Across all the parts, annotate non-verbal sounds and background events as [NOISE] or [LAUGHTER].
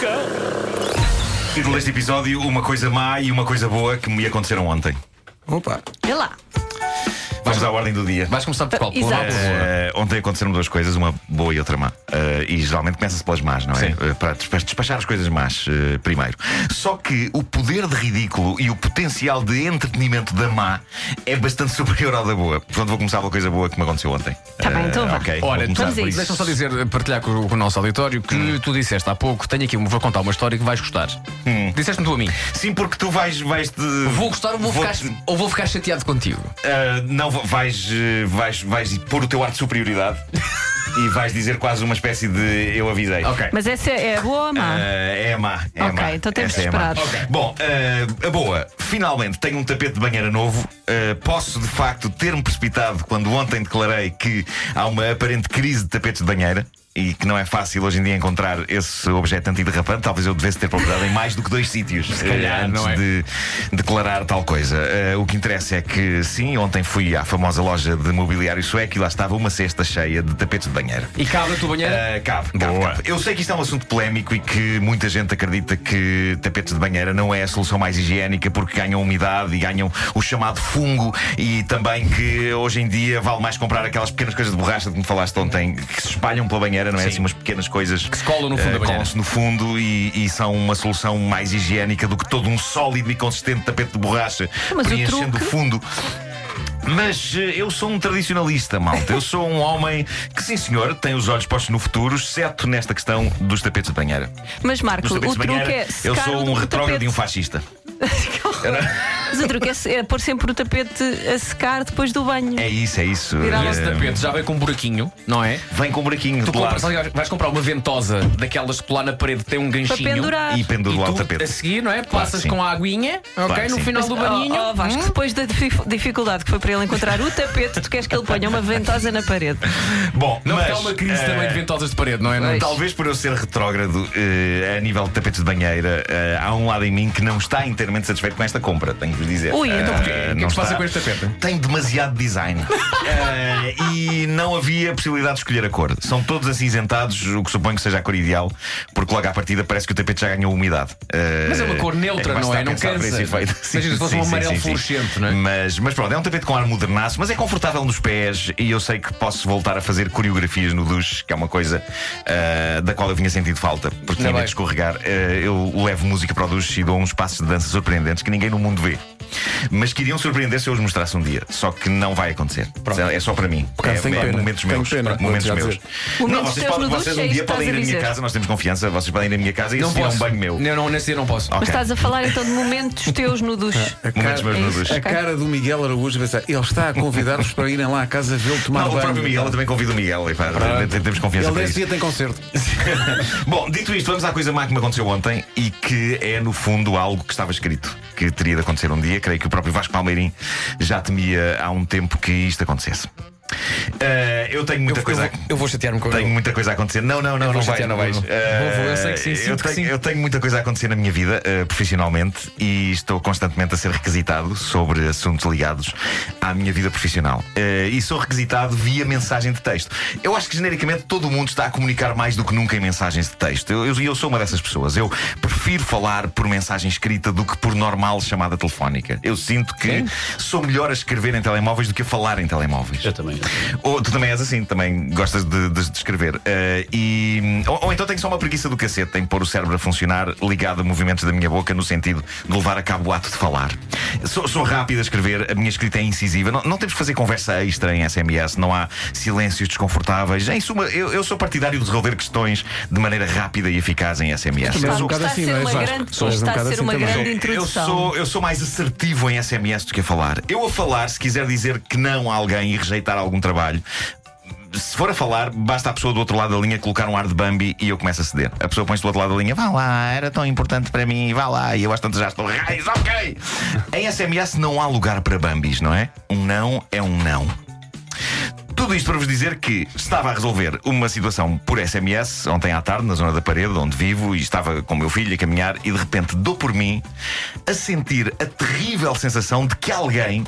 cão. Título deste episódio: Uma coisa má e uma coisa boa que me aconteceram ontem. Opa. Vê lá. Vamos à ordem do dia. Vais começar por qual? É. Pela Exato. boa? Eh, ontem aconteceram duas coisas, uma boa e outra má. Eh, e geralmente começa-se pelas más, não é? Sim. Eh, para despa- despachar as coisas más eh, primeiro. Só que o poder de ridículo e o potencial de entretenimento da má é bastante [LAUGHS] superior ao da boa. Portanto, vou começar pela coisa boa que me aconteceu ontem. Tá bem, Eh, então vá. ok, vou Ora, começar vamos a por Hum. isso. deixa-me só dizer, eh, partilhar com, com o nosso auditório que tu disseste há pouco, tenho aqui, uma- vou contar uma história que vais gostar. Hum. Disseste-me tu a mim. Sim, porque tu vais. vais te... Vou gostar ou vou, ficar, ou vou ficar chateado contigo? Ah, não, vais, eh, vais, vais pôr o teu ar de [LAUGHS] superioridade e vais dizer quase uma espécie de eu avisei. Ok. Mas essa é boa ou Ah, má? é má. É Ok, má. então temos Essa que é má. esperar. Ok. Bom, ah, a boa. Finalmente tenho um tapete de banheira novo. Ah, posso de facto ter-me precipitado quando ontem declarei que há uma aparente crise de tapetes de banheira. E que não é fácil hoje em dia encontrar esse objeto antiderrapante. Talvez eu devesse ter procurado em mais do que dois sítios. Se calhar, antes não é? de declarar tal coisa. Eh, o que interessa é que, sim, ontem fui à famosa loja de mobiliário sueco e lá estava uma cesta cheia de tapetes de banheiro. E cabe a tua banheira? Uh, cabe, cabe, Boa. cabe. Eu sei que isto é um assunto polémico e que muita gente acredita que tapetes de banheira não é a solução mais higiênica porque ganham umidade e ganham o chamado fungo e também que hoje em dia vale mais comprar aquelas pequenas coisas de borracha de que me falaste ontem que se espalham pela banheira, não é? Sim. Assim, umas pequenas coisas eh, que se colam no fundo da banheira. no fundo e, e são uma solução mais higiênica do que todo um sólido e consistente tapete de borracha Mas o preenchendo o truque- fundo. Mas eh, eu sou um tradicionalista, malta. Eu sou um homem que, sim senhor, tem os olhos postos no futuro, exceto nesta questão dos tapetes de banheira. Mas Marco, Nos o tapetes de truque banheira, é eu secar sou o um do retrógrado tapete. e um fascista. [LAUGHS] Que horror. Mas o truque é se- é pôr sempre o tapete a secar depois do banho. É isso, é isso. E Virar- esse Eh, tapete já vem com um buraquinho, não é? Vem com um buraquinho de Tu compras, lado aliás, vais comprar uma ventosa daquelas que lá na parede tem um ganchinho. Para pendurar. e pendura lá o tu, a tapete. seguir, não é? Passas sim. com a aguinha, ok? que No sim. final Mas, do banhinho. Oh, oh, Vasco, depois da difi- dificuldade que foi para ele encontrar o tapete, tu queres que ele ponha uma ventosa na parede. Bom, Não mas, porque há uma crise eh, também de ventosas de parede, não é? Pois. Talvez por eu ser retrógrado eh, a nível de tapetes de banheira, eh, há um lado em mim que não está inteiramente satisfeito com esta compra, tenho que vos dizer. Ui, então Eh, porquê? O que é que não se passa está- com este tapete? Tem demasiado design. [LAUGHS] Eh, e não havia possibilidade de escolher a cor. São todos acinzentados, o que suponho que seja a cor ideal, porque logo à partida parece que o tapete já ganhou umidade. Eh, Mas é uma cor neutra, que basta não é? a Não pensar por cansa. esse efeito. [LAUGHS] Imagina se fosse um amarelo fluorescente, não é? Mas, mas pronto, é um tapete com ar modernaço, mas é confortável nos pés e eu sei que posso voltar a fazer coreografias no duche, que é uma coisa ah, da qual eu vinha sentindo falta, porque tinha bem. medo de escorregar. Ah, eu levo música para o duche e dou uns passos de dança surpreendentes que ninguém no mundo vê. Mas que iriam surpreender se eu os mostrasse um dia. Só que não vai acontecer. É só para mim. acaso é tenho é pena. momentos Tenho meus. pena, vou-te momentos já meus. dizer. Momentos vocês, teus podem- no vocês duche, é um dia isso que estás podem a ir à minha dizer. casa, nós temos confiança, vocês podem ir à minha casa e Não assistir a um posso. banho meu. Não, não, nesse dia não posso. Mas Ok. estás a falar então de momentos teus no É, duche. Momentos meus no isso. duche. Ok. A cara do Miguel Araújo a pensar, ele está a convidar-vos para irem lá à casa vê-lo tomar Não, o banho. próprio Miguel, eu também convido o Miguel. e pá, Temos confiança Ele para nesse isso. dia tem concerto. Bom, dito isto, vamos à coisa má que me aconteceu ontem e que é, no fundo, algo que estava escrito que teria de acontecer um dia. Creio que o próprio Vasco Palmeirim já temia há um tempo que isto acontecesse. Ah, eu tenho muita eu, coisa. eu vou, eu vou chatear-me com Tenho muita coisa a acontecer. Não, não, não, vou não vais, chatear, não vais. Bruno. Vou, vou, eu sei que sim, Eh, sinto eu que tenho, sim. eu tenho muita coisa a acontecer na minha vida, eh, profissionalmente, e estou constantemente a ser requisitado sobre assuntos ligados à minha vida profissional. Eh, e sou requisitado via mensagem de texto. Eu acho que genericamente todo mundo está a comunicar mais do que nunca em mensagens de texto. Eu, eu, eu sou uma dessas pessoas. Eu prefiro falar por mensagem escrita do que por normal chamada telefónica. Eu sinto que sou melhor a escrever em telemóveis do que a falar em telemóveis. Eu também. Ou tu também és assim, também gostas de, de- de escrever. Eh, e, ou, ou então tenho só uma preguiça do cacete em pôr o cérebro a funcionar ligado a movimentos da minha boca no sentido de levar a cabo o ato de falar. Sou, sou rápido a escrever, a minha escrita é incisiva. Não, não temos que fazer conversa extra em SMS, não há silêncios desconfortáveis. Em suma, eu, eu sou partidário de resolver questões de maneira rápida e eficaz em SMS. Mas Pá, um bocado está a assim, ser não é, uma Vasco? grande- Só és um Está a bocado ser uma assim também. grande Eu introdução. sou, eu sou mais assertivo em SMS do que a falar. Eu a falar, se quiser dizer que não a alguém e rejeitar algum trabalho. Se for a falar, basta a pessoa do outro lado da linha colocar um ar de Bambi e eu começo a ceder. A pessoa põe-se do outro lado da linha, vá lá, era tão importante para mim, vá lá, e eu às tantas já estou, raiz, ok! Em SMS não há lugar para Bambis, não é? Um não é um não. Tudo isto para vos dizer que estava a resolver uma situação por SMS ontem à tarde, na zona da parede onde vivo, e estava com o meu filho a caminhar, e de repente dou por mim a sentir a terrível sensação de que alguém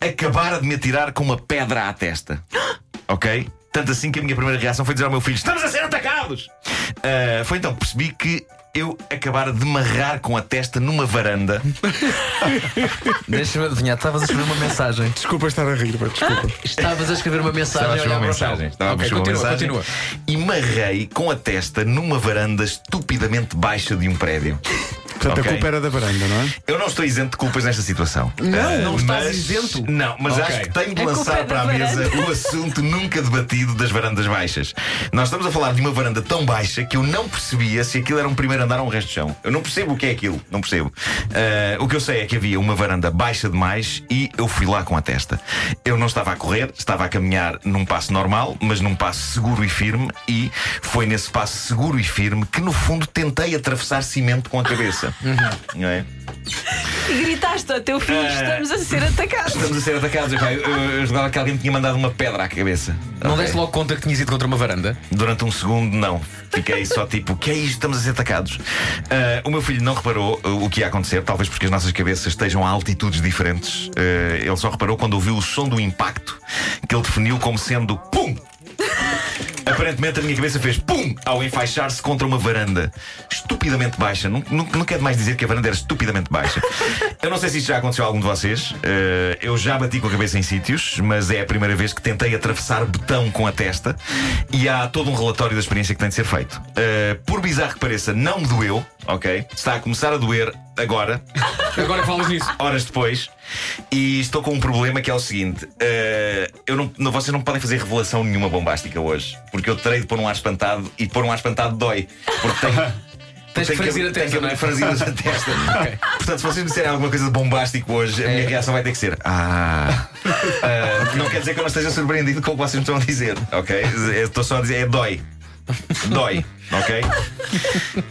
acabara de me atirar com uma pedra à testa. [GASPS] Ok? Tanto assim que a minha primeira reação foi dizer ao meu filho: Estamos a ser atacados! Ah, foi então que percebi que eu acabara de marrar com a testa numa varanda. Deixa-me adivinhar, estavas a escrever uma mensagem. Desculpa estar a rir, pá, desculpa. Estavas a escrever uma mensagem. Estava a escrever é uma olhar para o mensagem. chão. Estava a Ok, escrever uma continua, mensagem. continua. E marrei com a testa numa varanda estupidamente baixa de um prédio. Portanto, Ok. a culpa era da varanda, não é? Eu não estou isento de culpas nesta situação. Não, Ah, não estás mas- isento. Não, mas Ok. acho que tenho de A culpa lançar é da para a varanda. mesa o assunto nunca debatido das varandas baixas. Nós estamos a falar de uma varanda tão baixa que eu não percebia se aquilo era um primeiro andar ou um resto de chão. Eu não percebo o que é aquilo, não percebo. Ah, o que eu sei é que havia uma varanda baixa demais e eu fui lá com a testa. Eu não estava a correr, estava a caminhar num passo normal, mas num passo seguro e firme, e foi nesse passo seguro e firme que, no fundo, tentei atravessar cimento com a cabeça. Uhum. Não é? E gritaste ao teu filho: estamos a ser atacados. Estamos a ser atacados. Eu, eu, eu jogava que alguém me tinha mandado uma pedra à cabeça. Não Ok. deste logo conta que tinhas ido contra uma varanda? Durante um segundo, não. Fiquei só tipo, o que é isto? Estamos a ser atacados. Ah, o meu filho não reparou ah, o que ia acontecer, talvez porque as nossas cabeças estejam a altitudes diferentes. Ah, ele só reparou quando ouviu o som do impacto, que ele definiu como sendo PUM! Aparentemente a minha cabeça fez PUM! ao enfaixar-se contra uma varanda estupidamente baixa. Não, não, não quero mais dizer que a varanda era estupidamente baixa. Eu não sei se isto já aconteceu a algum de vocês. Eh, eu já bati com a cabeça em sítios, mas é a primeira vez que tentei atravessar betão com a testa. E há todo um relatório da experiência que tem de ser feito. Eh, por bizarro que pareça, não me doeu, ok? Está a começar a doer agora, Agora que falas nisso. horas depois. E estou com um problema que é o seguinte: eh, eu não, não- vocês não podem fazer revelação nenhuma bombástica hoje, porque eu terei de pôr um ar espantado e pôr um ar espantado dói. Porque [LAUGHS] tenho. Tens que tenho franzir a tenho testa, que não é? franzir a testa. [LAUGHS] Ok. É. Portanto, se vocês me disserem alguma coisa de bombástico hoje, a minha reação vai ter que ser [LAUGHS] Ah. Ah, não quer dizer que eu não esteja surpreendido com o que vocês me estão a dizer, ok? Eu Estou só a dizer, é dói. Dói, [LAUGHS] ok?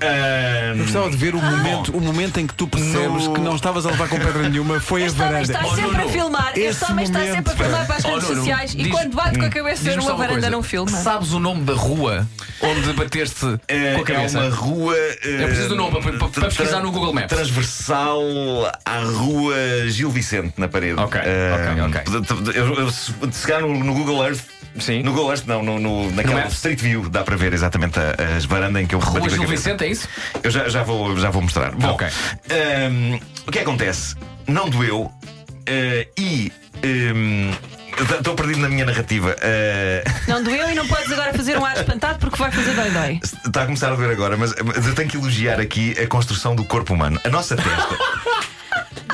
Ah, Gostava de ver o momento, o momento em que tu percebes No- que não estavas a levar com pedra nenhuma foi a Este homem varanda. está Oh, sempre Nuno, a filmar. Este esse homem está momento, sempre a filmar para as Oh, redes Nuno, sociais. E diz- quando bate com a cabeça Diz-me só numa uma varanda, coisa. não filma. Sabes o nome da rua onde bateste É, com a é cabeça? uma rua. É preciso do nome para- para- para pesquisar no Google Maps. Transversal à rua Gil Vicente, na parede. Eh, Ok, ok, ok. ok, ok. Eu, eu, se se calhar no, no Google Earth. Sim. No Google Earth, não, no, no, No naquela Maps? Street View dá para ver exatamente a- as varandas em que eu rebati Rua com a Gil cabeça. Vicente, é isso? Eu já, já, vou, já vou mostrar. Bom, Ok. ehm, o que acontece? Não doeu eh, e. ehm, eu Estou perdido na minha narrativa. Eh, [LAUGHS] Não doeu e não podes agora fazer um ar espantado porque vai fazer dói-dói. Está a começar a doer agora, mas mas eu tenho que elogiar aqui a construção do corpo humano. A nossa testa.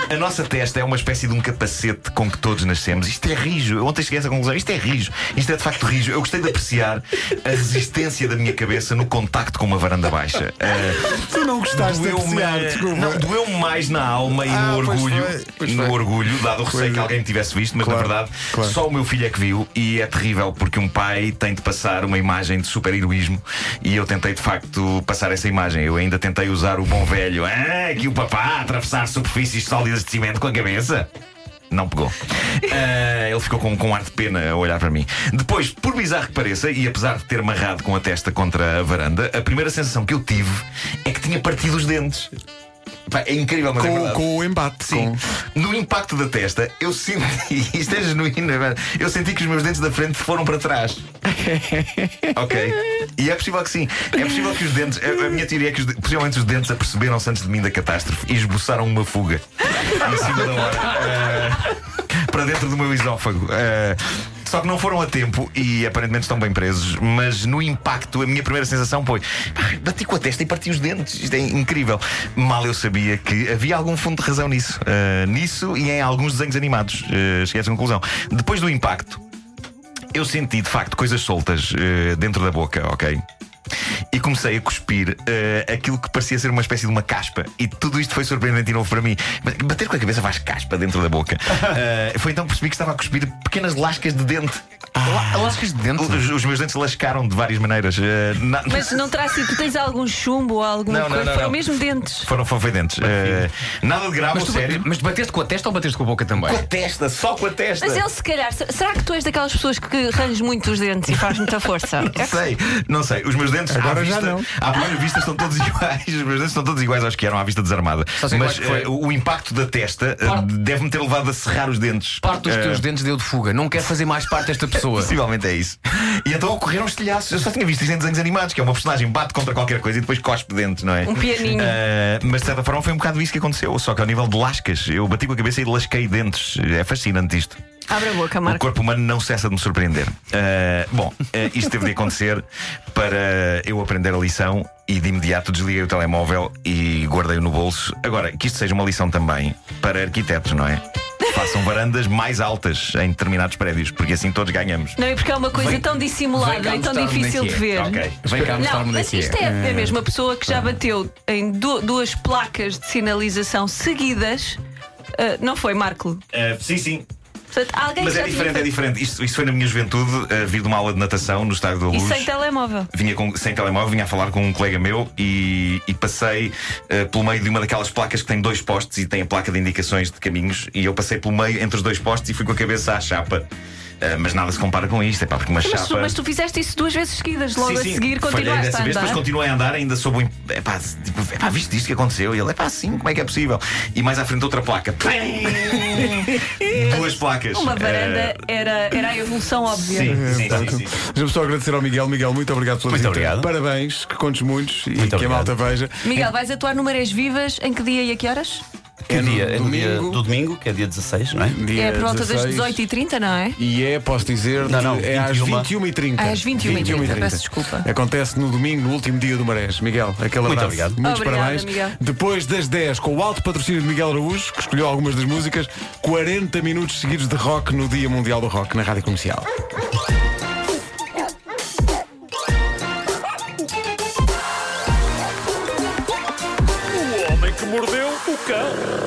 A nossa testa é uma espécie de um capacete com que todos nascemos. Isto é rijo. Eu ontem cheguei a essa conclusão. Isto é rijo. Isto é de facto rijo. Eu gostei de apreciar a resistência da minha cabeça no contacto com uma varanda baixa. Eh, Tu não é. gostaste de Doeu-me- apreciar, desculpa. Não, doeu-me mais na alma e Ah, no pois orgulho. foi, pois no foi. orgulho, dado o receio Pois que é. alguém me tivesse visto, mas Claro, na verdade claro. só o meu filho é que viu e é terrível porque um pai tem de passar uma imagem de super-heroísmo e eu tentei de facto passar essa imagem. Eu ainda tentei usar o bom velho, ah, que o papá a atravessar superfícies sólidas de cimento com a cabeça. Não pegou. [LAUGHS] Ah, ele ficou com, com ar de pena a olhar para mim. Depois, por bizarro que pareça, e apesar de ter amarrado com a testa contra a varanda, a primeira sensação que eu tive é que tinha partido os dentes. Pá, é incrível, mas é Com, verdade. com o embate, Sim. No impacto da testa, eu senti. [LAUGHS] Isto é genuíno, é verdade. Eu senti que os meus dentes da frente foram para trás. [LAUGHS] ok. E é possível que sim. É possível que os dentes. A, a minha teoria é que os, de- possivelmente os dentes aperceberam-se antes de mim da catástrofe e esboçaram uma fuga. em cima da hora. eh, para dentro do meu esófago. Eh, só que não foram a tempo e aparentemente estão bem presos, mas no impacto a minha primeira sensação foi "Pá, bati com a testa e parti os dentes. Isto é incrível. Mal eu sabia que havia algum fundo de razão nisso. Eh, nisso e em alguns desenhos animados. Eh, cheguei a essa conclusão. Depois do impacto, eu senti de facto coisas soltas eh, dentro da boca, ok? E comecei a cuspir eh, aquilo que parecia ser uma espécie de uma caspa. E tudo isto foi surpreendente e novo para mim. Mas Bater com a cabeça faz caspa dentro da boca. Eh, foi então que percebi que estava a cuspir pequenas lascas de dente. Lascas de dente. Os, os meus dentes lascaram de várias maneiras. Eh, na- Mas não terá sido. Tu tens algum chumbo ou alguma Não, não, coisa? não, Foram não. mesmo dentes. Foram fovedentes. Eh, nada de grave Mas ou tu, sério. mas bateste com a testa ou bateste com a boca também? Com a testa, só com a testa. Mas ele, se calhar, ser- será que tu és daquelas pessoas que ranges muito os dentes e faz muita [LAUGHS] força? Não sei, não sei. Os meus dentes Agora à já vista, não. à primeira vista estão todos [LAUGHS] iguais. Os meus dentes estão todos iguais aos que eram à vista desarmada. Só sei qual é Mas que foi. eh, o impacto da testa eh, Parte- deve-me ter levado a serrar os dentes. Parte dos Eh, [LAUGHS] teus dentes deu de fuga. Não quer fazer mais parte desta pessoa. Possivelmente é isso. E então ocorreram estilhaços. Eu só tinha visto isto em desenhos animados, que é uma personagem bate contra qualquer coisa e depois cospe dentes, não é? Um pianinho. Ah, mas de certa forma foi um bocado isso que aconteceu, só que ao nível de lascas. Eu bati com a cabeça e lasquei dentes. É fascinante isto. Abre a boca, O Marco. corpo humano não cessa de me surpreender. Ah, bom, ah, isto teve de acontecer para eu aprender a lição e de imediato desliguei o telemóvel e guardei-o no bolso. Agora, que isto seja uma lição também para arquitetos, não é? Façam varandas mais altas em determinados prédios, porque assim todos ganhamos. Não, é porque é uma coisa Vem- tão vem dissimulada cá e tão mostrar onde é difícil que de é. ver. Ok. Vem cá mostrar Não, onde é mas que isto é. é, Ah. a mesma pessoa que já bateu em du- duas placas de sinalização seguidas. Ah, não foi, Marco? Ah, sim, sim. Portanto, alguém Mas já é tinha diferente, é feito- diferente. Isto, isto foi na minha juventude, ah, vir de uma aula de natação no estádio da E Luz. sem telemóvel. vinha com- sem telemóvel, vinha a falar com um colega meu e, e passei eh, pelo meio de uma daquelas placas que tem dois postes e tem a placa de indicações de caminhos. E eu passei pelo meio entre os dois postes e fui com a cabeça à chapa. Eh, mas nada se compara com isto, é pá, porque uma Mas, tu- chapa. mas tu fizeste isso duas vezes seguidas, logo Sim, sim, a seguir falhei continuaste dessa a vez, andar. Mas continuei a andar ainda sob o. imp- É pá, tipo, é pá, viste isto que aconteceu? E ele, é pá, sim, como é que é possível? E mais à frente outra [LAUGHS] placa. Pim! Duas placas. Uma Eh, varanda era, era a evolução óbvia. Sim, sim, sim, sim, sim. Vamos só agradecer ao Miguel. Miguel, muito obrigado pela Muito visita. obrigado. Parabéns, que contes muitos e que a obrigado. malta veja. Miguel, vais atuar no Marés Vivas em que dia e a que horas? É no, dia, é no dia domingo. do domingo, que é dia 16, não é? Dia é por volta 16. das 18h30, não é? E é, posso dizer, Não, não, é às 21h. 21h30. Ah, Às 21h30, 21h30. peço desculpa. Acontece no domingo, no último dia do Marés. Miguel, aquele Muito abraço. obrigado. Muitos Obrigada, parabéns. Miguel. Depois das 10, com o alto patrocínio de Miguel Araújo, que escolheu algumas das músicas, 40 minutos seguidos de rock no Dia Mundial do Rock, na Rádio Comercial. O homem que mordeu o cão.